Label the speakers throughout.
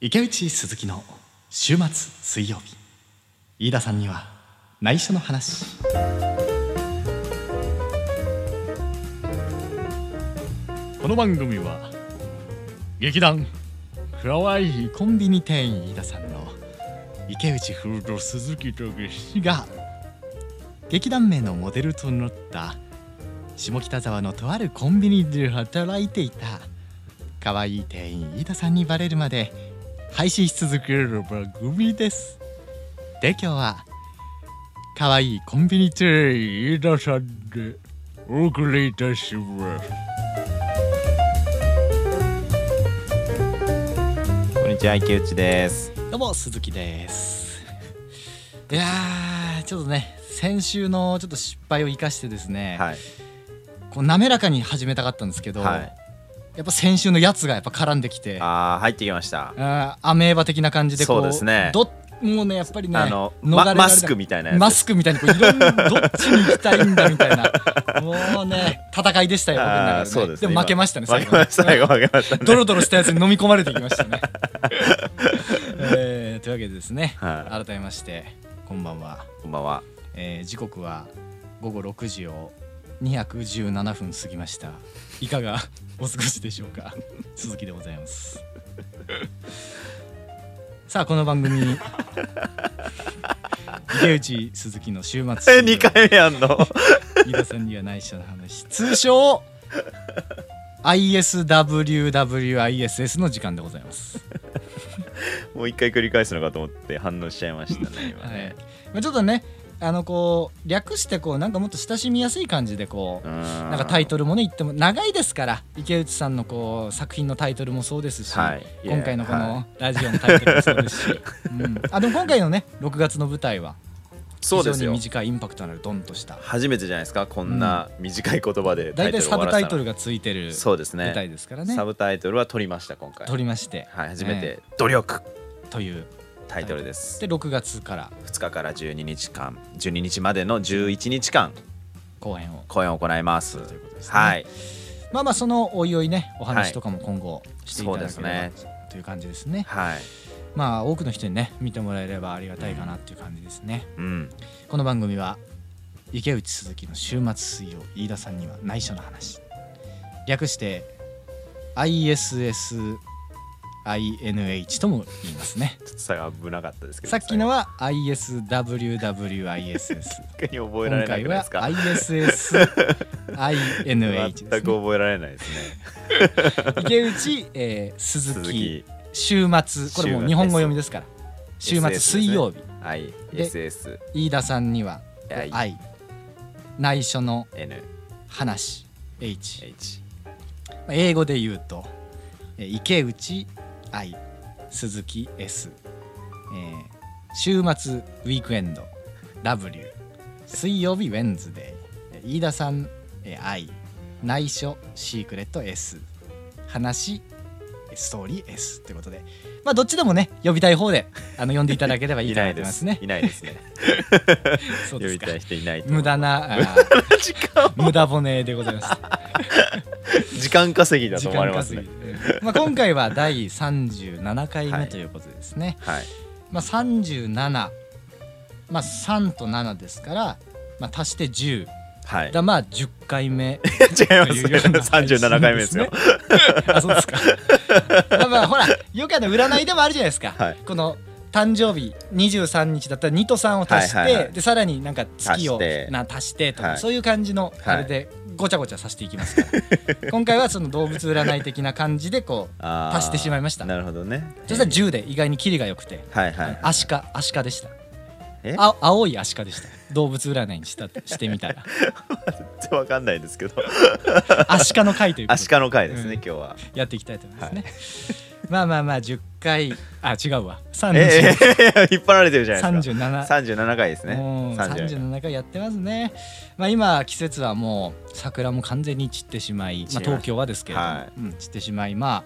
Speaker 1: 池内鈴木の週末水曜日飯田さんには内緒の話この番組は劇団かわいいコンビニ店員飯田さんの池内風と鈴木武が劇団名のモデルとなった下北沢のとあるコンビニで働いていた可愛い店員飯田さんにバレるまで配信し続ける番組ですで今日は可愛いコンビニ店員飯田さんでお送りいたします
Speaker 2: こんにちは池内です。
Speaker 1: どうも鈴木ですいやーちょっとね先週のちょっと失敗を生かしてですね、
Speaker 2: はい
Speaker 1: こう滑らかに始めたかったんですけど、
Speaker 2: はい。
Speaker 1: やっぱ先週のやつがやっぱ絡んできてあ
Speaker 2: ああ入ってきました。
Speaker 1: ーアメーバ的な感じでこう
Speaker 2: そうですね
Speaker 1: どもうねやっぱりね
Speaker 2: あの
Speaker 1: 逃れられな
Speaker 2: ま
Speaker 1: い
Speaker 2: マスクみたいなやつ。
Speaker 1: マスクみたいにこういろんなどっちに行きたいんだみたい なもうね戦いでしたよ僕の中
Speaker 2: あ
Speaker 1: で,、
Speaker 2: あそうです
Speaker 1: で
Speaker 2: ね。
Speaker 1: も負けましたね
Speaker 2: 今負けました最後負けましたね。
Speaker 1: ドロドロしたやつに飲み込まれていきましたね。 えーというわけでですね、
Speaker 2: は
Speaker 1: 改めましてこんばんは、
Speaker 2: こんばん は。
Speaker 1: えー時刻は午後6時を217分過ぎましたいかがお過ごしでしょう か鈴木でございますさあこの番組池内鈴木の週末
Speaker 2: え二回目や んの。
Speaker 1: 飯田さんには内緒の話通称 ISWWISS の時間でございます、
Speaker 2: もう一回繰り返すのかと思って反応しちゃいま したね今
Speaker 1: はい
Speaker 2: ね。
Speaker 1: まあ、ちょっとねあのこう略してこうなんかもっと親しみやすい感じでこう、
Speaker 2: な
Speaker 1: なんかタイトルもね言っても長いですから池内さんのこう作品のタイトルもそうですし、
Speaker 2: はい
Speaker 1: 今回のこ
Speaker 2: はい
Speaker 1: のラジオのタイトルもそうですし、うん、あでも今回のね6月の舞台は
Speaker 2: そう
Speaker 1: 非
Speaker 2: で
Speaker 1: 常
Speaker 2: す
Speaker 1: に
Speaker 2: よ。
Speaker 1: 短いインパクトのあるドンとした
Speaker 2: 初めてじゃないですかこんな短い言葉でタ
Speaker 1: 大
Speaker 2: イ
Speaker 1: 体
Speaker 2: トル終
Speaker 1: サブ
Speaker 2: わら
Speaker 1: タ
Speaker 2: せ
Speaker 1: イ
Speaker 2: た
Speaker 1: トル
Speaker 2: の。
Speaker 1: がついてる
Speaker 2: そうです
Speaker 1: 舞台
Speaker 2: ね。
Speaker 1: ですからね
Speaker 2: サブタイトルは取りました今回。
Speaker 1: 撮りまして、
Speaker 2: はい初め
Speaker 1: え
Speaker 2: て努力
Speaker 1: えという
Speaker 2: タイトルです。
Speaker 1: で6月から
Speaker 2: 2日から12日間12日までの11日間
Speaker 1: 公演を
Speaker 2: 公演を行います
Speaker 1: ということですね
Speaker 2: はい
Speaker 1: まあまあそのおいおいねお話とかも今後していただければ、
Speaker 2: はい
Speaker 1: という感じですね
Speaker 2: はい
Speaker 1: まあ多くの人にね見てもらえればありがたいかなっていう感じですね、
Speaker 2: うん
Speaker 1: この番組は池内鈴木の週末水曜飯田さんには内緒の話略して ISSINH とも言いますね
Speaker 2: ちょっと最後危なかったですけど
Speaker 1: さっきのは ISWWISS
Speaker 2: 最後に覚えら
Speaker 1: 今
Speaker 2: れな
Speaker 1: 回
Speaker 2: くないで
Speaker 1: は
Speaker 2: すか
Speaker 1: ISSINH です
Speaker 2: 全
Speaker 1: ね
Speaker 2: く覚えられないです ね
Speaker 1: 池内、えー鈴
Speaker 2: 続
Speaker 1: 木
Speaker 2: き
Speaker 1: 週末これもう日本語読みですから週末
Speaker 2: SS
Speaker 1: 水曜日、
Speaker 2: はい
Speaker 1: で
Speaker 2: SSN
Speaker 1: 飯田さんには
Speaker 2: はい
Speaker 1: 愛内緒の話 H
Speaker 2: H
Speaker 1: まあ英語で言うとえー池内愛鈴木 S、えー週末ウィークエンド W 水曜日ウェンズデーえー飯田さんえー愛内緒シークレット S 話えーストーリー S ということでまあどっちでもね呼びたい方であの呼んでいただければいい
Speaker 2: い
Speaker 1: か
Speaker 2: な
Speaker 1: なと
Speaker 2: い
Speaker 1: 思い
Speaker 2: で
Speaker 1: ます
Speaker 2: す
Speaker 1: ね
Speaker 2: いないです ね
Speaker 1: そう
Speaker 2: 呼
Speaker 1: です
Speaker 2: び
Speaker 1: か
Speaker 2: たい人いないと思う
Speaker 1: 無駄なあー無駄骨でございます
Speaker 2: 時間稼ぎだ
Speaker 1: 時
Speaker 2: と思わ
Speaker 1: 間
Speaker 2: れます
Speaker 1: 稼
Speaker 2: ね
Speaker 1: ぎ、まあ、今回は第37回目ということでですね、
Speaker 2: はい
Speaker 1: まあ、37、まあ、3と7ですから、まあ、足して10
Speaker 2: はい 違い
Speaker 1: だまあ10回目
Speaker 2: ます
Speaker 1: というような
Speaker 2: 37回目ですよ
Speaker 1: あそうですかまあまあほらよくあの占いでもあるじゃないですか、
Speaker 2: はい
Speaker 1: この誕生日23日だったら2と3を足して、
Speaker 2: はいはいはい
Speaker 1: でさらになんか月を
Speaker 2: 足して
Speaker 1: な足してとか、
Speaker 2: はい
Speaker 1: そういう感じの
Speaker 2: は
Speaker 1: あ
Speaker 2: い
Speaker 1: れでごちゃごちゃさせていきますから、 今回はその動物占い的な感じでこう
Speaker 2: あー
Speaker 1: 足してしまいました
Speaker 2: なるほどね
Speaker 1: そしたら10で意外にキリが良くて、
Speaker 2: はいはい
Speaker 1: アシカ、アシカでした。
Speaker 2: え
Speaker 1: あ青いアシカでした。動物占いにしたしてみた ら。
Speaker 2: わかんないですけど
Speaker 1: アシカの回というこ
Speaker 2: ア
Speaker 1: と
Speaker 2: シ
Speaker 1: で
Speaker 2: カの回ですね、
Speaker 1: うん
Speaker 2: 今日は。
Speaker 1: やっていきたいと思いますね。まあまあまあ、10回、あ、違うわ。30
Speaker 2: ええ引っ張られてるじゃないですか。
Speaker 1: 37。
Speaker 2: 三十七回ですね。
Speaker 1: もう
Speaker 2: 37
Speaker 1: 37回やってますね、まあ、今季節はもう桜も完全に散ってしまい、まあ、
Speaker 2: 散りました
Speaker 1: 東京はですけれども、
Speaker 2: はい
Speaker 1: うん散ってしまいま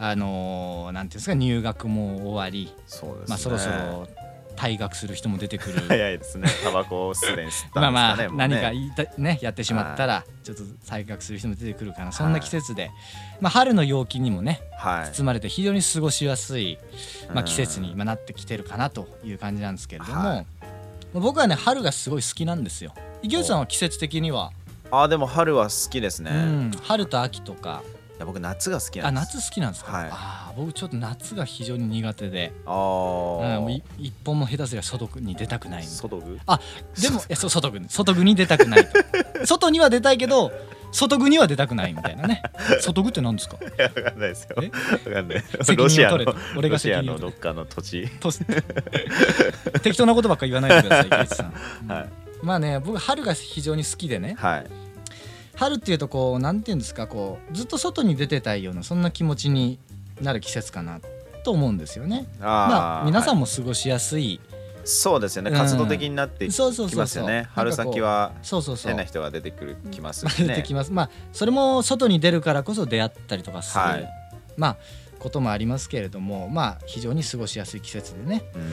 Speaker 1: ああのーなんていうんですか入学も終わり、
Speaker 2: そうですね。
Speaker 1: まあ、そろそろ退学する人も出て くる
Speaker 2: 早いですね。タバコをすでに吸った
Speaker 1: まあ
Speaker 2: んです
Speaker 1: ま
Speaker 2: か
Speaker 1: あ、
Speaker 2: ね。もうね
Speaker 1: 何か言いたねやってしまったらちょっと退学する人も出てくるかなそんな季節で、まあ、春の陽気にもね
Speaker 2: はい、
Speaker 1: 包まれて非常に過ごしやすい、まあ、季節に
Speaker 2: うん
Speaker 1: 今なってきてるかなという感じなんですけれども、
Speaker 2: はい
Speaker 1: 僕はね春がすごい好きなんですよ。池内さんは季節的には、
Speaker 2: あーでも春は好きですね、
Speaker 1: う
Speaker 2: い
Speaker 1: ん、春と秋とか
Speaker 2: や僕夏が好きな
Speaker 1: あ
Speaker 2: んです
Speaker 1: 夏好きなんですか、
Speaker 2: はい
Speaker 1: あー僕ちょっと夏が非常に苦手で、
Speaker 2: あ
Speaker 1: うん、
Speaker 2: ー
Speaker 1: もうい一本も下手すりゃ外に出たくないみたいな
Speaker 2: 外具
Speaker 1: あでもえそう外具外具に出たくない と外には出たいけど外具には出たくないみたいなね外具って何ですか
Speaker 2: いやわかんないですよ
Speaker 1: え
Speaker 2: わかんない
Speaker 1: 責任
Speaker 2: ロシア
Speaker 1: を
Speaker 2: の
Speaker 1: 取れと俺
Speaker 2: ロ
Speaker 1: が
Speaker 2: シ
Speaker 1: 責
Speaker 2: ア
Speaker 1: 任を
Speaker 2: の
Speaker 1: 取
Speaker 2: どっかの土地
Speaker 1: れと 適当なことばっかり言わないでください池内さん、うん
Speaker 2: はい
Speaker 1: まあね僕春が非常に好きでね
Speaker 2: はい
Speaker 1: 春っていうとこうなんていうんですかこうずっと外に出てたいようなそんな気持ちになる季節かなと思うんですよね
Speaker 2: あー、
Speaker 1: まあ皆さ
Speaker 2: は
Speaker 1: んも過ごしやすい、
Speaker 2: いそうですよね
Speaker 1: うん
Speaker 2: 活動的になってき
Speaker 1: そうそうそう
Speaker 2: ます
Speaker 1: そう
Speaker 2: よね春先は
Speaker 1: そうそうそう
Speaker 2: 変な人が出てくるきますし
Speaker 1: 出て
Speaker 2: ね
Speaker 1: きますまあそれも外に出るからこそ出会ったりとかする、
Speaker 2: はい
Speaker 1: まあこともありますけれどもまあ非常に過ごしやすい季節でね
Speaker 2: うん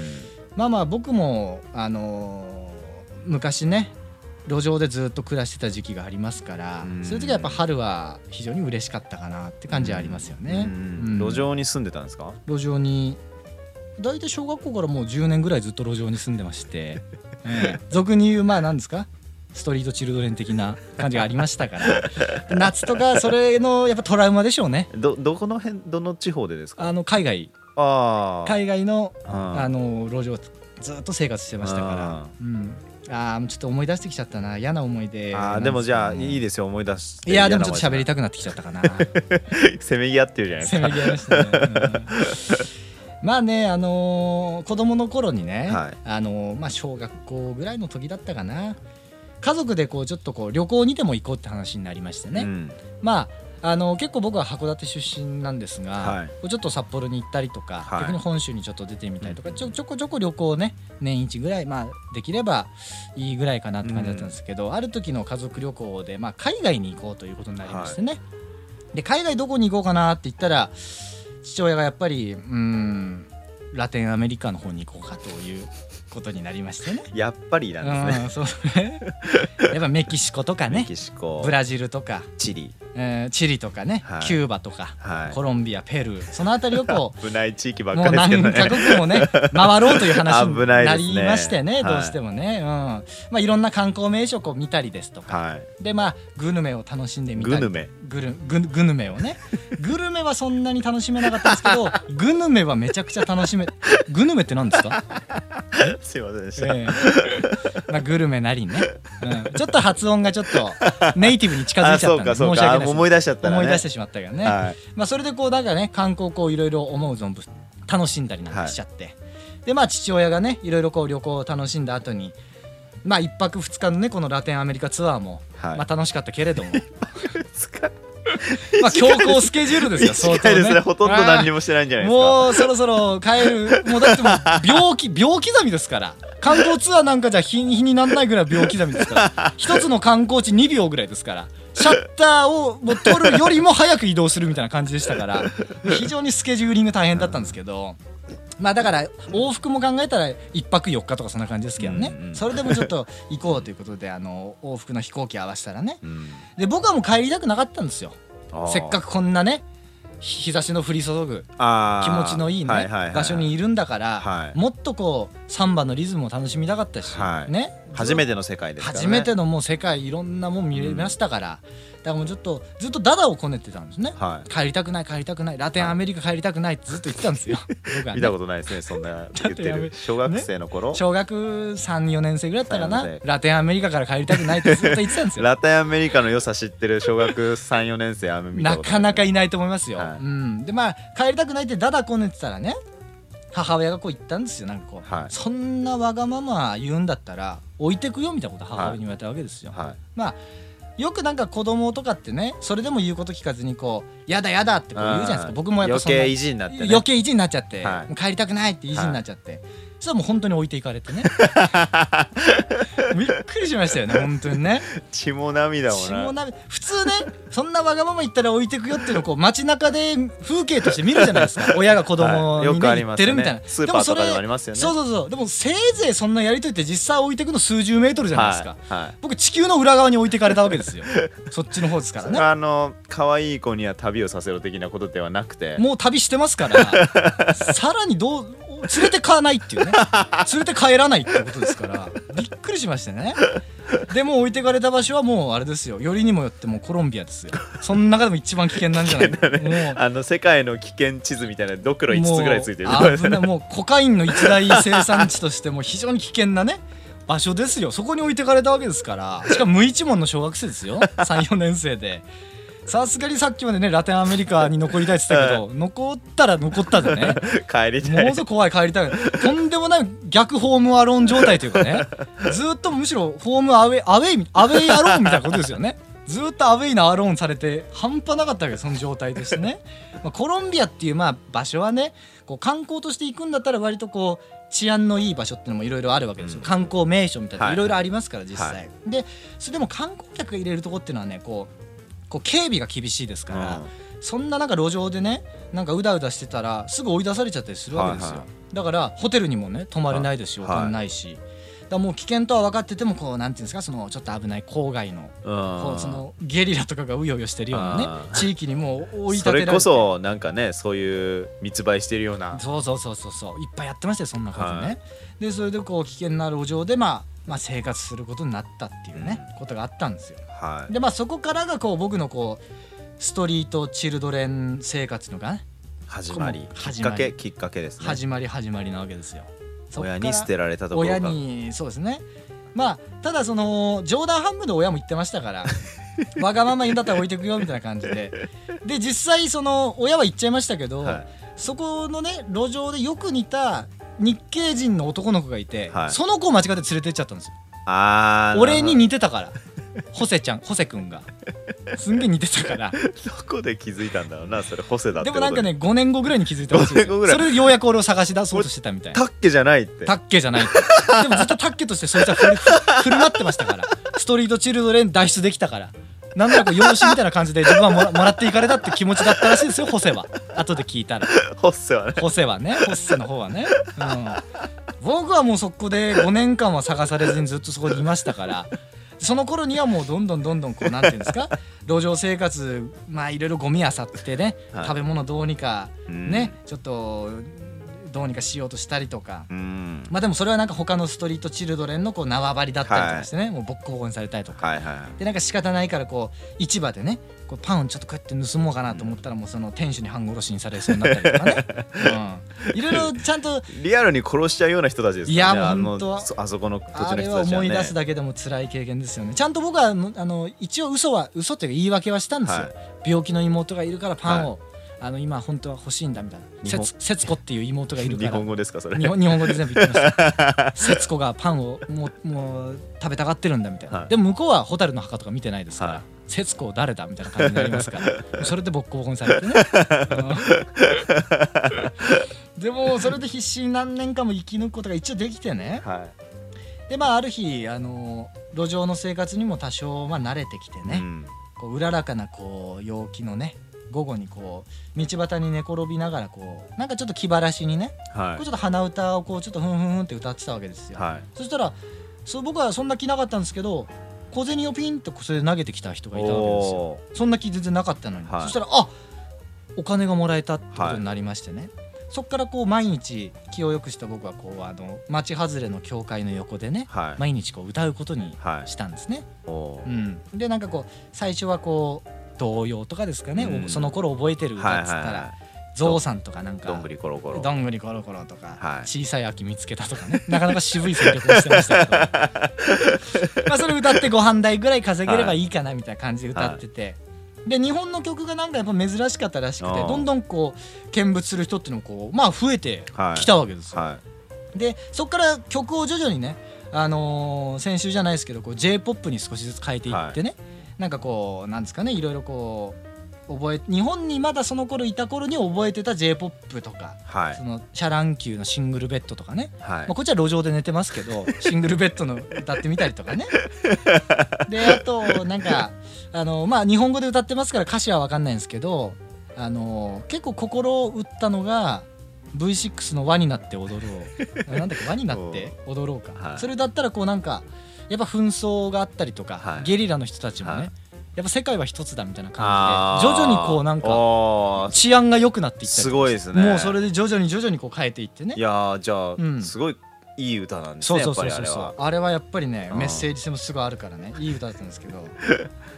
Speaker 1: まあまあ僕もあのー昔ね路上でずっと暮らしてた時期がありますから、
Speaker 2: うん
Speaker 1: そういう時はやっぱ春は非常に嬉しかったかなって感じはありますよね
Speaker 2: う。
Speaker 1: うん
Speaker 2: ん路上に住んでたんですか
Speaker 1: 路上に大体小学校からもう10年ぐらいずっと路上に住んでま して、ええ俗に言うまあ何ですかストリートチルドレン的な感じがありましたから夏とかそれのやっぱトラウマでしょうね
Speaker 2: どどこの辺どの地方でですか
Speaker 1: あの海外
Speaker 2: ああ
Speaker 1: 海外のあ
Speaker 2: あ
Speaker 1: の路上ずっと生活してましたからうんあーちょっと思い出してきちゃったな嫌な思い出
Speaker 2: あーでもじゃあい
Speaker 1: で
Speaker 2: いですよ思い出し
Speaker 1: いやでもちょっと喋り
Speaker 2: た
Speaker 1: たくなってきちゃった かな
Speaker 2: せめぎ合ってるじゃないです
Speaker 1: せ
Speaker 2: か
Speaker 1: めぎ合いましたね、うんまあねあのー子供の頃にね、
Speaker 2: はい
Speaker 1: あのーまあ小学校ぐらいの時だったかな家族でこうちょっとこう旅行にでも行こうって話になりましてね、
Speaker 2: うん
Speaker 1: まああのー結構僕は函館出身なんですが、
Speaker 2: はい
Speaker 1: こうちょっと札幌に行ったりとか、
Speaker 2: はい
Speaker 1: 逆に本州にちょっと出てみたりとか、ちょちょこちょこ旅行をね年一ぐらい、まあ、できればいいぐらいかなって感じだったんですけど、ある時の家族旅行で、まあ、海外に行こうということになりましてね、で海外どこに行こうかなって言ったら父親がやっぱりうーんラテンアメリカの方に行こうかということになりまして ね。
Speaker 2: やっぱりなんですね
Speaker 1: うんそうねやっぱメキシコとか
Speaker 2: メ
Speaker 1: ね
Speaker 2: キシコ
Speaker 1: ブラジルとか、
Speaker 2: チリ
Speaker 1: えーチリとかね、
Speaker 2: はい
Speaker 1: キューバとか、
Speaker 2: はい
Speaker 1: コロンビアペルーその辺りを こう
Speaker 2: 危ない地域ばっ
Speaker 1: も
Speaker 2: か
Speaker 1: う
Speaker 2: りです
Speaker 1: 何カ
Speaker 2: けどね
Speaker 1: 国も ね回ろうという話に
Speaker 2: 危ないで
Speaker 1: な
Speaker 2: すね
Speaker 1: りましてね
Speaker 2: はい
Speaker 1: どうしてもね、いうんまあ、いろんな観光名所をこう見たりですとか、
Speaker 2: はい
Speaker 1: でまあグルメを楽しんでみた
Speaker 2: グ
Speaker 1: り
Speaker 2: ルメ
Speaker 1: グルググルメを ねグルメはそんなに楽しめなかったんですけどグルメはめちゃくちゃ楽しめグルメって何です か、
Speaker 2: すいませんでした、
Speaker 1: ええまあ、グルメなりね、うん、ちょっと発音がちょっとネイティブに近づ
Speaker 2: あ
Speaker 1: いちゃ
Speaker 2: そ
Speaker 1: った
Speaker 2: う
Speaker 1: んで
Speaker 2: か
Speaker 1: 申し訳
Speaker 2: そ
Speaker 1: な
Speaker 2: うか
Speaker 1: いです
Speaker 2: 思い出しちゃったらね
Speaker 1: 思い出してしまったけどね、
Speaker 2: はい
Speaker 1: まあ、それでこうなんかね観光をこういろいろ思う存分楽しんだりなんかしちゃって、でまあ父親がねいろいろこう旅行を楽しんだ後にまあ1泊2日のねこのラテンアメリカツアーも、
Speaker 2: はい
Speaker 1: まあ楽しかったけれど も
Speaker 2: 疲
Speaker 1: まあ強行スケジュールですよ
Speaker 2: れ
Speaker 1: 相
Speaker 2: 近
Speaker 1: 当
Speaker 2: い
Speaker 1: ね
Speaker 2: ですねほとんど何にもしてないんじゃ
Speaker 1: あ
Speaker 2: な
Speaker 1: ー
Speaker 2: いですか
Speaker 1: もうそろそろ帰るもうだってもう病 気病刻みですから観光ツアーなんかじゃ日に日になんないぐらい病刻みですから 一つの観光地2秒ぐらいですからシャッターをもう取るよりも早く移動するみたいな感じでしたから非常にスケジューリング大変だったんですけど。まあだから往復も考えたら1泊4日とかそんな感じですけどね、
Speaker 2: うんうん
Speaker 1: それでもちょっと行こうということであの往復の飛行機合わせたらね
Speaker 2: うん
Speaker 1: で僕はもう帰りたくなかったんですよ
Speaker 2: あー
Speaker 1: せっかくこんなね日日差しの降り注ぐ
Speaker 2: あ
Speaker 1: 気
Speaker 2: ー
Speaker 1: 持ちのいいね、
Speaker 2: はいはいはい
Speaker 1: 場所にいるんだから、
Speaker 2: はい
Speaker 1: もっとこうサンバのリズムを楽しみたかったし、
Speaker 2: はい
Speaker 1: ね
Speaker 2: 初めての世界ですから、ね、
Speaker 1: 初めてのもう世界いろんなもん見れましたから、だからもうちょっとずっとダダをこねてたんですね、
Speaker 2: は
Speaker 1: 帰りたくない帰りたくないラテンアメリカ帰りたくないってずっと言ってたんです よ僕はい
Speaker 2: 見
Speaker 1: ね
Speaker 2: たことないですねそんな言って
Speaker 1: ちょっとやめ
Speaker 2: る小学生の頃、
Speaker 1: 小学34年生ぐらいだったか
Speaker 2: そう
Speaker 1: な
Speaker 2: ですね
Speaker 1: ラテンアメリカから帰りたくないってずっと言ってたんですよ
Speaker 2: ラテンアメリカの良さ知ってる小学34年生あんま見た
Speaker 1: な
Speaker 2: こと
Speaker 1: かなか
Speaker 2: い
Speaker 1: いないと思いますよ、
Speaker 2: はい
Speaker 1: うん、でまあ帰りたくないってダダこねてたらね母親がこう言ったんですよなんかこう、
Speaker 2: はい
Speaker 1: そんなわがまま言うんだったら置いてくよみたいなこと母親に言われたわけですよ、
Speaker 2: は
Speaker 1: まあよくなんか子供とかってねそれでも言うこと聞かずにこう「やだやだ」って
Speaker 2: い
Speaker 1: こう言うじゃないですか
Speaker 2: ん
Speaker 1: 僕もやっぱ
Speaker 2: 余
Speaker 1: そんな
Speaker 2: 計意地になってね
Speaker 1: 余計意地になっちゃって、
Speaker 2: は
Speaker 1: も
Speaker 2: い
Speaker 1: う帰りたくないって意地になっちゃって、そしたらもう本当に置いていかれてね びっくりしましたよね本当にね
Speaker 2: 血も涙も
Speaker 1: 血も
Speaker 2: な。
Speaker 1: な普通ねそんなわがまま言ったら置いてくよっていうのをこう街中で風景として見るじゃないです か親が子供
Speaker 2: は
Speaker 1: に、
Speaker 2: いよ
Speaker 1: ね
Speaker 2: くあり
Speaker 1: 言
Speaker 2: ま
Speaker 1: っ
Speaker 2: す
Speaker 1: てる
Speaker 2: よ
Speaker 1: み
Speaker 2: ね
Speaker 1: たいな。
Speaker 2: スー
Speaker 1: で
Speaker 2: パ
Speaker 1: も
Speaker 2: ー
Speaker 1: それ
Speaker 2: とかでもありますよね。
Speaker 1: そう
Speaker 2: う
Speaker 1: そうそうでもせいぜいそんなやりとりって実際置いてくの数十メートルじゃないですか、
Speaker 2: はい。はい
Speaker 1: 僕地球の裏側に置いてかれたわけですよそっちの方ですから
Speaker 2: そ
Speaker 1: ね
Speaker 2: れはあの可愛い子には旅をさせろ的なことではなくて
Speaker 1: もう旅してますからさらにどう連れてかないっていうね連れて帰らないってことですからびっくりしましたねでもう置いてかれた場所はもうあれですよよりにもよってもうコロンビアですよその中でも一番危険なん じゃないか、もう
Speaker 2: あの世界の危険地図みたいなドクロ5つぐらいついてる
Speaker 1: もう危ないもうコカインの一大生産地としても非常に危険なね場所ですよそこに置いてかれたわけですからしかも無一文の小学生ですよ34年生でさすがにさっきまでねラテンアメリカに残りたいって言って たけど残ったら残ったでね
Speaker 2: 帰りた
Speaker 1: も
Speaker 2: い
Speaker 1: のすごい怖い帰りたいとんでもない逆ホームアローン状態というか ねずーっとむしろホームアウェイアウェイアウェイアローンみたいなことですよねずーっとアウェイなアローンされて半端なかったわけですその状態でして ね、まあ、コロンビアっていうまあ場所はねこう観光として行くんだったら割とこう治安のいい場所っていうのもいろいろあるわけですよ、
Speaker 2: うん
Speaker 1: 観光名所みたいな
Speaker 2: はい
Speaker 1: いろいろありますから実際、
Speaker 2: は
Speaker 1: でそれでも観光客が入れるとこっていうのはねこうこう警備が厳しいですから、そんななんか路上でねなんかうだうだしてたらすぐ追い出されちゃったりするわけですよ、
Speaker 2: はいは
Speaker 1: だからホテルにもね泊まれないですしお
Speaker 2: はい
Speaker 1: 金ないし、だからもう危険とは分かっててもこうなんていうんですかそのちょっと危ない郊外の
Speaker 2: うん
Speaker 1: こうそのゲリラとかがうようよしてるようなね
Speaker 2: あー
Speaker 1: 地域にもう追い立
Speaker 2: そ
Speaker 1: てら
Speaker 2: れ
Speaker 1: れて
Speaker 2: こそなんかねそういう密売してるような
Speaker 1: そうそうそうそうそういっぱいやってましたよそんなことね、
Speaker 2: はい
Speaker 1: でそれでこう危険な路上でまあまあ生活することになったっていうね、ことがあったんですよ
Speaker 2: はい
Speaker 1: でまあそこからがこう僕のこうストリートチルドレン生活のがね
Speaker 2: 始まりきっ
Speaker 1: 始ま
Speaker 2: か
Speaker 1: り
Speaker 2: けきっかけですね
Speaker 1: 始まり始まりなわけですよ。そっから
Speaker 2: 親に捨てられたところ
Speaker 1: 親
Speaker 2: が
Speaker 1: にそうですね。まあただその冗談半分で親も言ってましたから わがまま言うんだったら置いてくよみたいな感じでで実際その親は言っちゃいましたけど、
Speaker 2: はい
Speaker 1: そこのね路上でよく似た日系人の男の子がいて、
Speaker 2: はい
Speaker 1: その子を間違って連れてっちゃったんですよ
Speaker 2: あー
Speaker 1: 俺に
Speaker 2: なる
Speaker 1: 似てたからホセちゃんホセくんがすんげえ似てた から
Speaker 2: ほどどこで気づいたんだろうなそれホセだっ
Speaker 1: で
Speaker 2: てこと
Speaker 1: も
Speaker 2: に
Speaker 1: なんかね5年後ぐらいに気づいたらしいです
Speaker 2: 5年後
Speaker 1: よ
Speaker 2: ぐらい
Speaker 1: それでようやく俺を探し出そうとしてたみたいな
Speaker 2: タッケじゃないって
Speaker 1: タッケじゃないってでもずっとタッケとしてそいつは振る振る舞ってましたからストリートチルドレン脱出できたからなんならこう養子みたいな感じで自分はもらもらっていかれたって気持ちだったらしいですよホセは後で聞いたら
Speaker 2: ホッセはね
Speaker 1: ホセはねホッセの方はね、うん、僕はもうそこで5年間は探されずにずっとそこにいましたからその頃にはもうどんどんどんどんこうなんていうんですか路上生活まあいろいろゴミ漁ってね、
Speaker 2: はい
Speaker 1: 食べ物どうにか
Speaker 2: うん
Speaker 1: ね、ちょっとどうにかしようとしたりとか、
Speaker 2: うん
Speaker 1: まあでもそれはなんか他のストリートチルドレンのこう縄張りだったりとかしてね、もうボッコボコにされたりとか、
Speaker 2: はいは
Speaker 1: でなんか仕方ないからこう市場でねこうパンをちょっとこうやって盗もうかなと思ったらもうその店主に半殺しにされそうになったりとかね、うん、いろいろちゃん と
Speaker 2: いリアルに殺しちゃうような人たちです
Speaker 1: いや
Speaker 2: ねあの
Speaker 1: 本当
Speaker 2: そあそこの土地
Speaker 1: あ
Speaker 2: の
Speaker 1: れ
Speaker 2: 人
Speaker 1: は
Speaker 2: たちは
Speaker 1: 思い
Speaker 2: ね
Speaker 1: 出すだけでも辛い経験ですよねちゃんと僕はあのあの一応嘘は嘘っていうか言い訳はしたんですよ、
Speaker 2: はい
Speaker 1: 病気の妹がいるからパンを、あの今本当は欲しいんだみたいな
Speaker 2: 日本
Speaker 1: 節節子っていう妹がいるか
Speaker 2: 日
Speaker 1: ら
Speaker 2: 本語ですかそ れ
Speaker 1: 日本日本語で全部言ってました。節子がパンをもうもう食べたがってるんだみたいな、
Speaker 2: はい
Speaker 1: でも向こうは蛍の墓とか見てないですから、
Speaker 2: はい
Speaker 1: 節子を誰だみたいな感じになりますから それでボッコボコにされてね。うんでもそれで必死に何年間も生き抜くことが一応できてね
Speaker 2: は
Speaker 1: でまあある日あの路上の生活にも多少まあ慣れてきて
Speaker 2: い
Speaker 1: ね、
Speaker 2: うん
Speaker 1: こううららかなこう陽気のね午後にこう道端に寝転びながらこうなんかちょっと気晴らしにね
Speaker 2: は
Speaker 1: これちょっと鼻歌をこうちょっとふんふんふんって歌ってたわけです
Speaker 2: い
Speaker 1: よ、
Speaker 2: はい
Speaker 1: そしたらそう僕はそんな気なかったんですけど小銭をピンとそれで投げてきた人がいたわけですよ
Speaker 2: お
Speaker 1: そんな気全然なかったのに、
Speaker 2: はい
Speaker 1: そしたらあお金がもらえたってことになりましてね、そっからこう毎日気を良くした僕はこうあの町外れの教会の横でね
Speaker 2: ーはい
Speaker 1: 毎日こう歌うことに
Speaker 2: はい
Speaker 1: したんですね、
Speaker 2: おー
Speaker 1: うん、でなんかこう最初はこう童謡とかですかね、
Speaker 2: うん
Speaker 1: その頃覚えてる
Speaker 2: はい
Speaker 1: 歌
Speaker 2: は
Speaker 1: っ
Speaker 2: い
Speaker 1: つったら、
Speaker 2: は
Speaker 1: ゾウさんとかなん
Speaker 2: い
Speaker 1: か
Speaker 2: どんぐりコロコロ
Speaker 1: どんぐりコロコロとか、
Speaker 2: はい
Speaker 1: 小さい秋見つけたとかねなかなか渋い選曲をしてましたけ どまあそれ歌ってご飯代ぐらい稼げればいいかなみたいな感じで歌ってて、で日本の曲がなんかやっぱ珍しかったらしくて
Speaker 2: あー
Speaker 1: どんどんこう見物する人っていうのもこうまあ増えて
Speaker 2: はい
Speaker 1: きたわけですよ、
Speaker 2: は
Speaker 1: でそこから曲を徐々にね、あのー先週じゃないですけどこう j p o p に少しずつ変えていってね、なんかこうなんですかねいろいろこう覚え日本にまだその頃いた頃に覚えてた j p o p とか、
Speaker 2: は
Speaker 1: そ
Speaker 2: い
Speaker 1: のシャランキューのシングルベッドとかね、
Speaker 2: はい
Speaker 1: まあ、こっちは路上で寝てますけ どシングルベッドの歌ってみたりとかねであとなんかあの、まあ、日本語で歌ってますから歌詞は分かんないんですけどあの結構心を打ったのが V6 の「輪になって踊ろう」なんだっけ「輪になって踊ろうか」
Speaker 2: はい
Speaker 1: それだったらこうなんかやっぱ紛争があったりとか、
Speaker 2: はい
Speaker 1: ゲリラの人たちもね、
Speaker 2: はい
Speaker 1: やっぱ世界は一つだみたいな感
Speaker 2: あ
Speaker 1: じ
Speaker 2: ー
Speaker 1: で徐々にこうなんか
Speaker 2: あー
Speaker 1: 治安が良くなっていったりとか
Speaker 2: すごいですね
Speaker 1: もうそれで徐々に徐々にこう変えていってね
Speaker 2: いやーじゃあ、
Speaker 1: うん
Speaker 2: すごいいい歌なんです
Speaker 1: そう
Speaker 2: ね
Speaker 1: そう
Speaker 2: やっぱ
Speaker 1: そうそう
Speaker 2: りあれ
Speaker 1: そう
Speaker 2: は
Speaker 1: あれはやっぱりね
Speaker 2: うん
Speaker 1: メッセージ性もすごいあるからねいい歌だったんですけど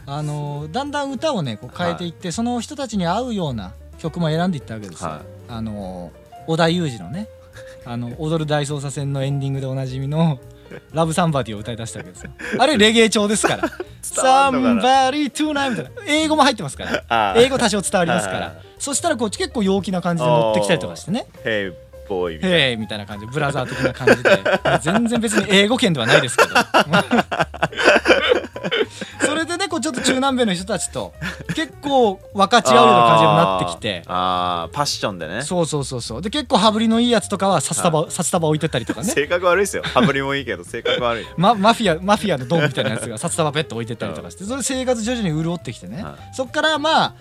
Speaker 1: あのだんだん歌をねこう変えていって、その人たちに合うような曲も選んでいったわけですよ、
Speaker 2: はい
Speaker 1: あの織田裕二のねあの踊る大捜査線のエンディングでおなじみ の「ラブサンバディ」を歌い出したわけですよあれレゲエ調ですから「サ
Speaker 2: 伝わん
Speaker 1: ン
Speaker 2: のか
Speaker 1: バディトゥナイ」みたいな英語も入ってますから
Speaker 2: あ
Speaker 1: 英語多少伝わりますか
Speaker 2: はいは
Speaker 1: ら
Speaker 2: いはい
Speaker 1: そしたらこう結構陽気な感じで乗ってきたりとかしてね
Speaker 2: 「Hey boy」みたいな
Speaker 1: へえみたいな感じでブラザー的な感じで全然別に英語圏ではないです けどそれでねこうちょっと中南米の人たちと結構分かち合うような感じになってきて
Speaker 2: あーあーパッションでね
Speaker 1: そうそうそうそうで結構羽振りのいいやつとかは札束を札束置いてったりとかね
Speaker 2: 性格悪いですよ羽振りもい いけど性格悪い
Speaker 1: ママフィアマフィアのドンみたいなやつが札束ペット置いてったりとかしてそれ生活徐々に潤ってきてね
Speaker 2: はい
Speaker 1: そっからまあ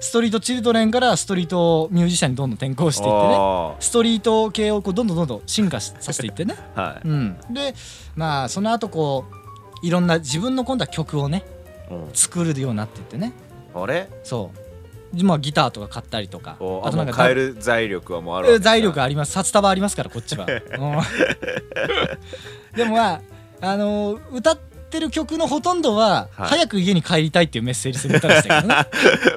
Speaker 1: ストリートチルドレンからストリートミュージシャンにどんどん転向していってね
Speaker 2: あ
Speaker 1: ストリート系をこうどんどんどんどん進化しさせていってね
Speaker 2: ーはい
Speaker 1: うん、でまあその後こういろんな自分の今度は曲をね
Speaker 2: うん
Speaker 1: 作るようになっていってね
Speaker 2: あれ
Speaker 1: そうでまあギターとか買ったりとか
Speaker 2: お
Speaker 1: あ
Speaker 2: あ
Speaker 1: となん
Speaker 2: も
Speaker 1: か
Speaker 2: う
Speaker 1: だ
Speaker 2: 変える財力はもうあるわ
Speaker 1: え
Speaker 2: けですか
Speaker 1: 財力あります札束ありますからこっち は、うんでもまあ、あのー歌ってる曲のほとんどは、
Speaker 2: はい
Speaker 1: 早く家に帰りたいっていうメッセージ性の歌でしたけど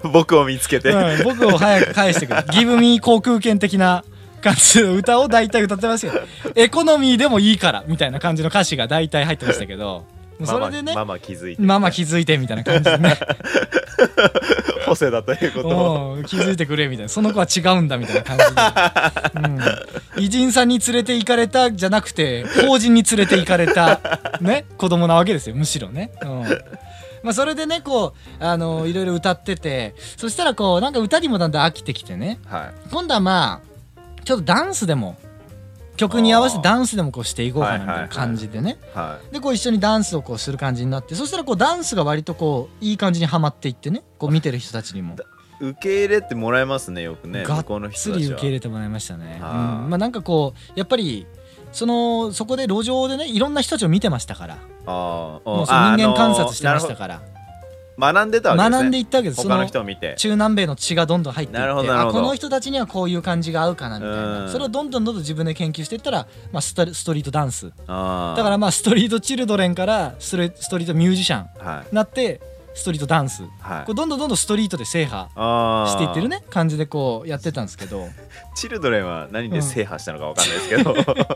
Speaker 1: ね
Speaker 2: 僕を見つけ て、
Speaker 1: うん、僕を早く返してくれギブミー航空券的な感じの歌を大体歌ってましたけどエコノミーでもいいからみたいな感じの歌詞が大体入ってましたけどもう
Speaker 2: マ
Speaker 1: そ
Speaker 2: マ
Speaker 1: れでね
Speaker 2: ママ気づいて
Speaker 1: ママ気づいてみたいな感じでね
Speaker 2: 補正だということを
Speaker 1: おう気づいてくれみたいなその子は違うんだみたいな感じで、うん、偉人さんに連れて行かれたじゃなくて法人に連れて行かれた、ね、子供なわけですよむしろね。うんまあ、それでねこうあのいろいろ歌っててそしたらこうなんか歌にもだんだん飽きてきてね
Speaker 2: はい
Speaker 1: 今度はまあちょっとダンスでも曲に合わせてダンスでもこうしていこうかなみたいな感じでね
Speaker 2: は
Speaker 1: でこう一緒にダンスをこうする感じになってそしたらこうダンスが割とこういい感じにはまっていってねこう見てる人たちに も
Speaker 2: い受け入れてもらえますねよくね
Speaker 1: が
Speaker 2: 向こう
Speaker 1: っ
Speaker 2: の
Speaker 1: つ
Speaker 2: 人た
Speaker 1: り
Speaker 2: ち
Speaker 1: 受
Speaker 2: は
Speaker 1: け入れてもらいましたね、うん
Speaker 2: あー
Speaker 1: まあ、なんかこうやっぱりそのそこで路上でねいろんな人たちを見てましたから
Speaker 2: あー
Speaker 1: も
Speaker 2: お
Speaker 1: う
Speaker 2: あ
Speaker 1: その人間観察してました
Speaker 2: なるほ
Speaker 1: から
Speaker 2: ど学んでたわけですね
Speaker 1: 学んでいったわけですそ
Speaker 2: 他の
Speaker 1: の
Speaker 2: 人を見て
Speaker 1: 中南米の血がどんどん入ってい
Speaker 2: なる
Speaker 1: っ
Speaker 2: ほ
Speaker 1: て
Speaker 2: どなる
Speaker 1: あ
Speaker 2: ほど
Speaker 1: この人たちにはこういう感じが合うかなみたいな
Speaker 2: うん
Speaker 1: それをどんどんどんどん自分で研究していったら、まあ、スタストリートダンス
Speaker 2: あ
Speaker 1: だ
Speaker 2: ー
Speaker 1: からまあストリートチルドレンからストレストリートミュージシャンに
Speaker 2: はい
Speaker 1: なってストリートダンスこ
Speaker 2: はい
Speaker 1: れどんどんどんどんストリートで制覇
Speaker 2: あー
Speaker 1: していってるね感じでこうやってたんですけど
Speaker 2: チルドレンは何で制覇したのかわかんないで すけど、
Speaker 1: 生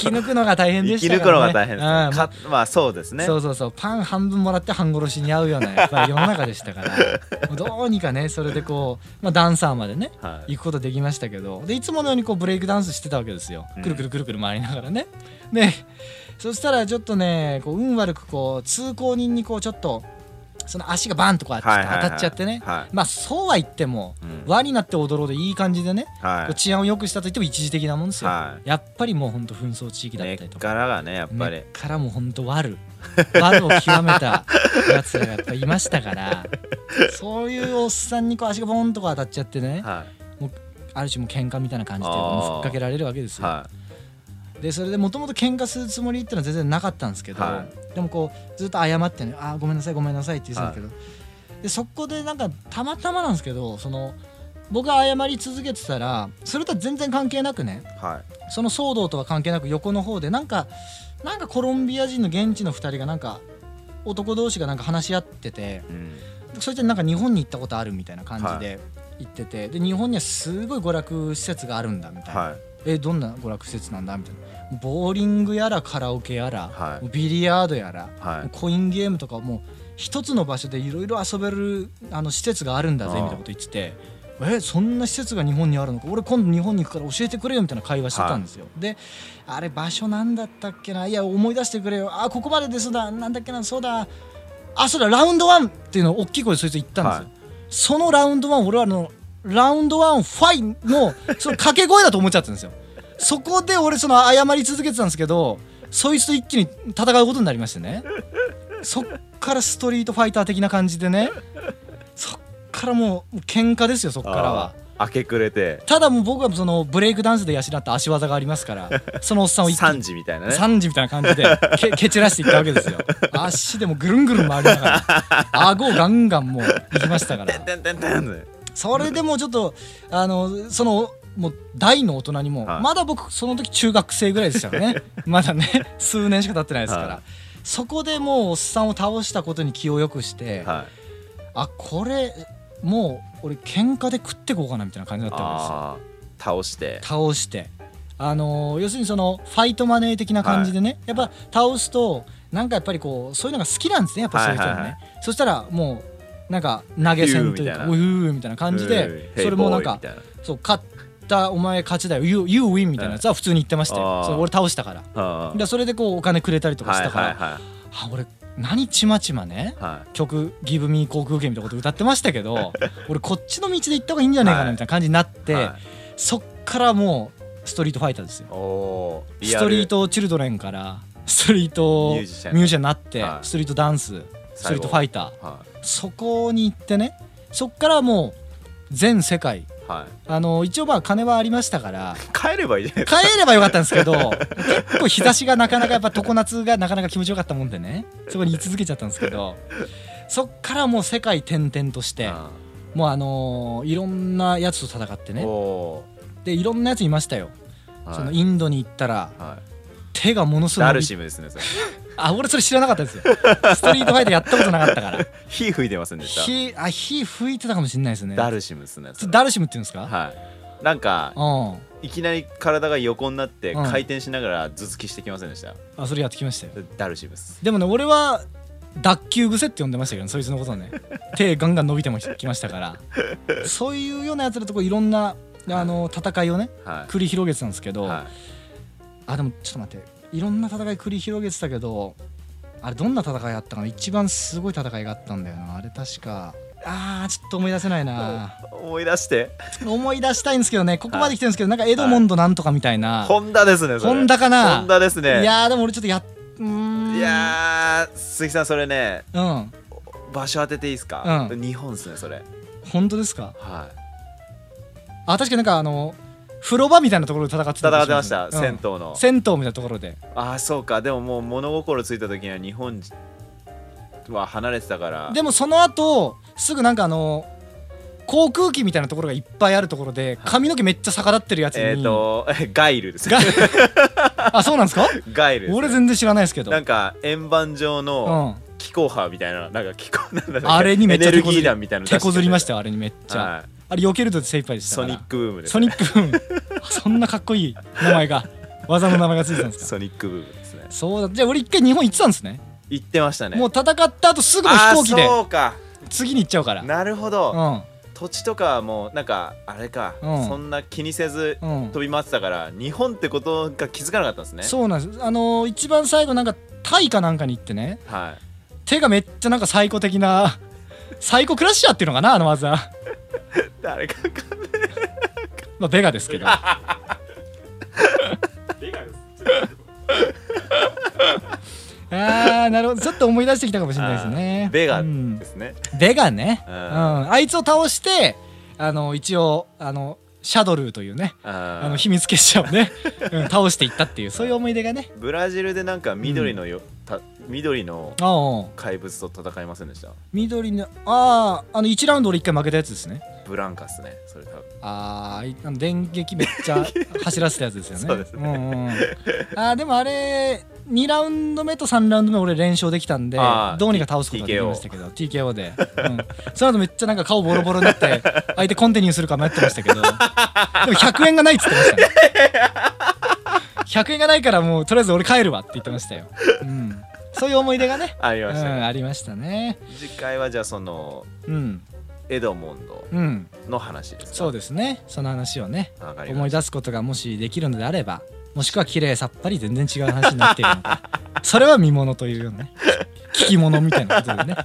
Speaker 1: き抜くのが大変で
Speaker 2: 生
Speaker 1: し
Speaker 2: き
Speaker 1: た
Speaker 2: 抜
Speaker 1: か
Speaker 2: くの
Speaker 1: ら、
Speaker 2: が
Speaker 1: ね、
Speaker 2: 大変です、ね
Speaker 1: うん
Speaker 2: かまあそうですね
Speaker 1: そうそうそうパン半分もらって半殺しに合うようなやっぱり世の中でしたから もうどうにかねそれでこう、まあ、ダンサーまでね
Speaker 2: はい
Speaker 1: 行くことできましたけどでいつものようにこうブレイクダンスしてたわけですよ、
Speaker 2: うん
Speaker 1: くるくるくるくる回りながらねでそしたらちょっとねこう運悪くこう通行人にこうちょっとその足がバンとこう当
Speaker 2: はいはいはい
Speaker 1: たっちゃってね、
Speaker 2: はい
Speaker 1: まあそうは言っても、
Speaker 2: うん
Speaker 1: 輪になって踊ろうでいい感じでね、
Speaker 2: は
Speaker 1: こう
Speaker 2: い
Speaker 1: 治安を良くしたといっても一時的なもんですよ、
Speaker 2: はい
Speaker 1: やっぱりもうほんと紛争地域だっ
Speaker 2: 根
Speaker 1: た
Speaker 2: っ
Speaker 1: りとか
Speaker 2: からがねやっぱり、
Speaker 1: 根っからもうほんと悪悪を極めたやつらがやっぱいましたからそういうおっさんにこう足がボンとこう当たっちゃってね
Speaker 2: は
Speaker 1: ある種もう喧嘩みたいな感じで
Speaker 2: あー
Speaker 1: もうふっかけられるわけです
Speaker 2: い
Speaker 1: よ
Speaker 2: はい
Speaker 1: でそれでもともと喧嘩するつもりってのは全然なかったんですけど、
Speaker 2: は
Speaker 1: でもこうずっと謝ってね「あーごめんなさいごめんなさい」って言ってたんですけど、でそこでなんかたまたまなんですけどその僕が謝り続けてたらそれとは全然関係なくね
Speaker 2: はい
Speaker 1: その騒動とは関係なく横の方でなんかなんかコロンビア人の現地の2人がなんか男同士がなんか話し合ってて
Speaker 2: うん
Speaker 1: それでなんか日本に行ったことあるみたいな感じで行ってて、で日本にはすごい娯楽施設があるんだみたいな、
Speaker 2: はい
Speaker 1: えどんな娯楽施設なんだみたいなボーリングやらカラオケやら、
Speaker 2: はい
Speaker 1: もうビリヤードやら、
Speaker 2: はい
Speaker 1: もうコインゲームとかもう一つの場所でいろいろ遊べるあの施設があるんだぜ
Speaker 2: ああ
Speaker 1: みたいなこと言っててえそんな施設が日本にあるのか俺今度日本に行くから教えてくれよみたいな会話してたんですよ、であれ場所なんだったっけないや思い出してくれよあここまでですだなんだっけなそうだあそうだラウンドワンっていうのを大きい声でそいつ言ったんですよ、そのラウンド1俺はあのラウンド1ファイのその掛け声だと思っちゃったんですよそこで俺その謝り続けてたんですけどそいつと一気に戦うことになりましてねそっからストリートファイター的な感じでねそっからもう喧嘩ですよそっからは
Speaker 2: あー明け暮れて
Speaker 1: ただもう僕はそのブレイクダンスで養った足技がありますからそのおっさんを一気
Speaker 2: 3
Speaker 1: に
Speaker 2: 時みたいなね
Speaker 1: 3時みたいな感じでけ蹴散らしていったわけですよ足でもぐるんぐるん回りながら顎をガンガンもういきましたから
Speaker 2: てんてんてんてんって
Speaker 1: それでもうちょっとあのそのもう大の大人にも、
Speaker 2: はい
Speaker 1: まだ僕その時中学生ぐらいでしたから ねまだね数年しか経ってないですから、
Speaker 2: はい
Speaker 1: そこでもうおっさんを倒したことに気を良くして、
Speaker 2: はい
Speaker 1: あこれもう俺喧嘩で食ってこうかなみたいな感じだったわけですよ
Speaker 2: ああ倒して
Speaker 1: 倒してあのー要するにそのファイトマネー的な感じでね、やっぱ倒すとなんかやっぱりこうそういうのが好きなんですねやっぱそういう人はね、
Speaker 2: はいはい
Speaker 1: そしたらもうなんか投げ銭というか
Speaker 2: うー
Speaker 1: う
Speaker 2: みたいな
Speaker 1: ーみたいな感じでそれもなんかそう勝ったお前勝ちだよ You, you win みたいなやつは普通に言ってました
Speaker 2: あ
Speaker 1: よ
Speaker 2: ー
Speaker 1: それ俺倒したから
Speaker 2: は
Speaker 1: でそれでこうお金くれたりとかしたから、
Speaker 2: はいはい
Speaker 1: あ俺何ちまちまね
Speaker 2: はいはい
Speaker 1: 曲「Give Me 航空券」みたいなこと歌ってましたけど俺こっちの道で行った方がいいんじゃないかなみたいな感じになって、
Speaker 2: は
Speaker 1: そっからもうストリートファイターですよ
Speaker 2: いおーリ
Speaker 1: ス
Speaker 2: アル
Speaker 1: トリートチルドレンからストリート
Speaker 2: ミュージシャンに
Speaker 1: ミュージシャンになって、
Speaker 2: はい
Speaker 1: ストリートダンスストリートファイター
Speaker 2: は
Speaker 1: そこに行ってねそっからもう全世界
Speaker 2: いは
Speaker 1: あの一応まあ金はありましたから
Speaker 2: い帰ればいいじゃないですか
Speaker 1: 帰ればよかったんですけど結構日差しがなかなかやっぱ常夏がなかなか気持ちよかったもんでねそこに居続けちゃったんですけどそっからもう世界転々として
Speaker 2: あ
Speaker 1: もうあのーいろんなやつと戦って
Speaker 2: ー
Speaker 1: ね
Speaker 2: お
Speaker 1: でいろんなやついましたよ、
Speaker 2: ー
Speaker 1: その
Speaker 2: はい
Speaker 1: インドに行ったら
Speaker 2: はい
Speaker 1: 手がものすごい
Speaker 2: ダ
Speaker 1: 伸
Speaker 2: ル
Speaker 1: び
Speaker 2: シムです ねそれ
Speaker 1: あ俺それ知らなかったですよストリートファイターやったことなかった から
Speaker 2: 火吹いてませんでし
Speaker 1: 火あ火吹いてたかもしれないですね
Speaker 2: たダルシムですねそ
Speaker 1: そ
Speaker 2: れ
Speaker 1: れダルシムって言うんですか、
Speaker 2: はいなんか
Speaker 1: うん
Speaker 2: いきなり体が横になって
Speaker 1: うん
Speaker 2: 回転しながら頭突きしてきませんでした
Speaker 1: あそれやってきましたよ
Speaker 2: ダルシムです
Speaker 1: でもね俺は脱臼癖って呼んでましたけどねそいつのことを ね手ガンガン伸びてもきましたからそういうようなやつらとこういろんなあの戦いをね
Speaker 2: は
Speaker 1: 繰り広げてたんですけ
Speaker 2: い
Speaker 1: ど、
Speaker 2: は
Speaker 1: あでもちょっと待っていろんな戦い繰り広げてたけどあれどんな戦いあったかな一番すごい戦いがあったんだよなあれ確かあーちょっと思い出せないな
Speaker 2: お思い出して
Speaker 1: 思い出したいんですけどねここまで来てるんですけど、なんかエドモンドなんとかみたいな、
Speaker 2: ホンダですねそれ
Speaker 1: ホンダかな
Speaker 2: ホンダですね
Speaker 1: いやーでも俺ちょっとやっうーん
Speaker 2: いやー鈴木さんそれね
Speaker 1: うん
Speaker 2: 場所当てていいですか、
Speaker 1: う
Speaker 2: 日本ですねそれ
Speaker 1: 本当ですか
Speaker 2: はい
Speaker 1: あ確かになんかあの風呂場みたいなところで戦ってた
Speaker 2: 戦
Speaker 1: かも
Speaker 2: っ
Speaker 1: してれな
Speaker 2: ま
Speaker 1: い
Speaker 2: した、
Speaker 1: うん
Speaker 2: 銭湯の
Speaker 1: 銭湯みたいなところで
Speaker 2: ああそうかでももう物心ついた時には日本は離れてたから
Speaker 1: でもその後すぐなんかあの航空機みたいなところがいっぱいあるところで髪の毛めっちゃ逆立ってるやつに、
Speaker 2: えっ、ー、と えガイルです
Speaker 1: が あそうなんですか
Speaker 2: ガイルですね、
Speaker 1: 俺全然知らないですけど
Speaker 2: なんか円盤状
Speaker 1: う
Speaker 2: の
Speaker 1: ん、
Speaker 2: 気候波みたいななんか気候 なんだっけ
Speaker 1: あれにめっちゃ
Speaker 2: エネ
Speaker 1: 手
Speaker 2: ル
Speaker 1: こ
Speaker 2: ギ
Speaker 1: ず
Speaker 2: ー
Speaker 1: り
Speaker 2: 弾みたいなの
Speaker 1: 手こずりました
Speaker 2: よ
Speaker 1: よあれにめっちゃ、
Speaker 2: はい
Speaker 1: あれ避けると精一杯でしたか
Speaker 2: ソ
Speaker 1: ら
Speaker 2: ニックブームです
Speaker 1: ソニック ブームそんなかっこいい名前 が技の名前がついてたんですか
Speaker 2: ソニックブームですね
Speaker 1: そうだじゃあ俺一回日本行ってたんですね
Speaker 2: 行ってましたね
Speaker 1: もう戦った後すぐの飛
Speaker 2: あ
Speaker 1: 行機で
Speaker 2: あそうか
Speaker 1: 次に行っちゃうから
Speaker 2: なるほど、
Speaker 1: う
Speaker 2: 土地とかはもうなんかあれか、
Speaker 1: うん
Speaker 2: そんな気にせず
Speaker 1: んうん
Speaker 2: 飛び回ってたから日本ってことが気づかなかったんですね
Speaker 1: そうなんですあのー一番最後なんかタイかなんかに行ってね
Speaker 2: はい
Speaker 1: 手がめっちゃなんか最高的な サイコクラッシャーっていうのかなあの技
Speaker 2: 誰かか
Speaker 1: まあベガですけど あーなるほどちょっと思い出してきたかもしれないですね
Speaker 2: あーベガ
Speaker 1: うん
Speaker 2: ですね、
Speaker 1: ベガね、う
Speaker 2: うんん
Speaker 1: あいつを倒してあの一応あのシャドルーというね
Speaker 2: あー
Speaker 1: あの秘密結社をね、 うん、倒していったっていうそういう思い出がね
Speaker 2: ブラジルでなんか緑のよ、た緑の
Speaker 1: ああ
Speaker 2: 怪物と戦いませんでした
Speaker 1: 緑のあああの1ラウンド俺1回負けたやつですね
Speaker 2: ブランカっすねそれ多分
Speaker 1: あーあいあの電撃めっちゃ走らせたやつですよね
Speaker 2: そうですね
Speaker 1: んうんうん、あーでもあれ2ラウンド目と3ラウンド目俺連勝できたんで
Speaker 2: あー
Speaker 1: どうにか倒すことができましたけど TKO で、うん、その後めっちゃなんか顔ボロボロになって相手コンティニューするか迷ってましたけどでも100円がないっつってましたね100円がないからもうとりあえず俺帰るわって言ってましたよ、うん、そういう思い出がね、
Speaker 2: あり
Speaker 1: うん、
Speaker 2: ましたね、
Speaker 1: ありましたね
Speaker 2: 次回はじゃあその
Speaker 1: うん
Speaker 2: エドモンド
Speaker 1: うん
Speaker 2: の話ですか
Speaker 1: そうですねその話をね
Speaker 2: わかり
Speaker 1: 思
Speaker 2: ま
Speaker 1: い
Speaker 2: した
Speaker 1: 出すことがもしできるのであればもしくは綺麗さっぱり全然違う話になっているの かそれは見物というようなね聞き物みたいなことでね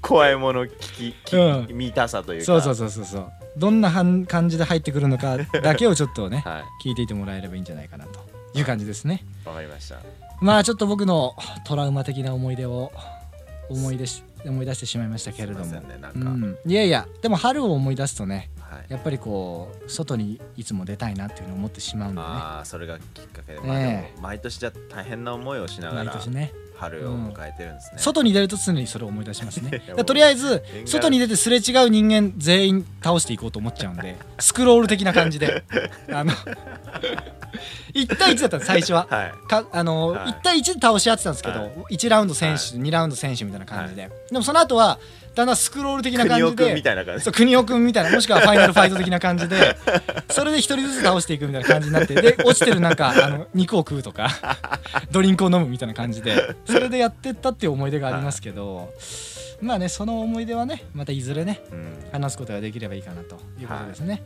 Speaker 2: 怖いもの聞き聞き、見たさというか
Speaker 1: そうそう
Speaker 2: そ
Speaker 1: そうそうそうどんなはん感じで入ってくるのかだけをちょっとね
Speaker 2: はい
Speaker 1: 聞いていてもらえればいいんじゃないかなという感じですね
Speaker 2: わかりました
Speaker 1: まあちょっと僕のトラウマ的な思い出を思い出し思い出してしまいましたけれど
Speaker 2: すい
Speaker 1: も、
Speaker 2: ませんねなん
Speaker 1: う
Speaker 2: か、
Speaker 1: ん、いやいやでも春を思い出すとね
Speaker 2: はい
Speaker 1: やっぱりこう外にいつも出たいなっていうのを思ってしまうんでね
Speaker 2: ああそれがきっかけで,、まあ、
Speaker 1: ええ
Speaker 2: でも毎年じゃ大変な思いをしなが
Speaker 1: 毎
Speaker 2: ら
Speaker 1: 年ね
Speaker 2: 春を迎えてるんですね、
Speaker 1: 外に出ると常にそれを思い出します ね
Speaker 2: や
Speaker 1: だからとりあえず
Speaker 2: 縁が
Speaker 1: 外に出てすれ違う人間全員倒していこうと思っちゃうん でスクロール的な感じであの1対1だったの最初は
Speaker 2: はい
Speaker 1: かあの、
Speaker 2: はい
Speaker 1: 1対1で倒し合ってたんですけど、
Speaker 2: はい
Speaker 1: 1ラウンド選手、2ラウンド選手みたいな感じで、でもその後はだんだんスクロール的な感
Speaker 2: 国尾
Speaker 1: じ
Speaker 2: 君
Speaker 1: で
Speaker 2: みたいな感じ
Speaker 1: そう国尾君みたいなもしくはファイナルファイト的な感じでそれで一人ずつ倒していくみたいな感じになってで落ちてるなんかあの肉を食うとかドリンクを飲むみたいな感じでそれでやってったっていう思い出がありますけど、まあねその思い出はねまたいずれね
Speaker 2: うん
Speaker 1: 話すことができればいいかなということですね、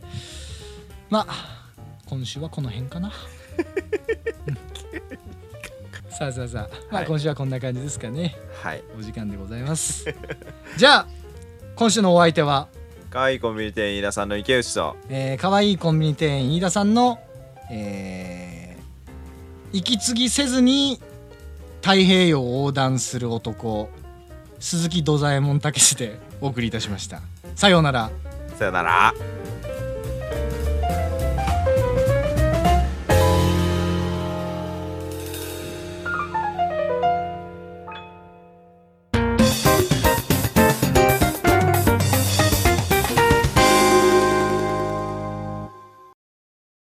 Speaker 1: まあ今週はこの辺かなうんさあさあさあ、まあ
Speaker 2: はい
Speaker 1: 今週はこんな感じですかね
Speaker 2: はい
Speaker 1: お時間でございますじゃあ今週のお相手は
Speaker 2: 可愛いコンビニ店員飯田さんの池内と
Speaker 1: えー、可愛いコンビニ店員飯田さんの、えー、息継ぎせずに太平洋を横断する男鈴木土左衛門武史でお送りいたしましたさようなら
Speaker 2: さよなら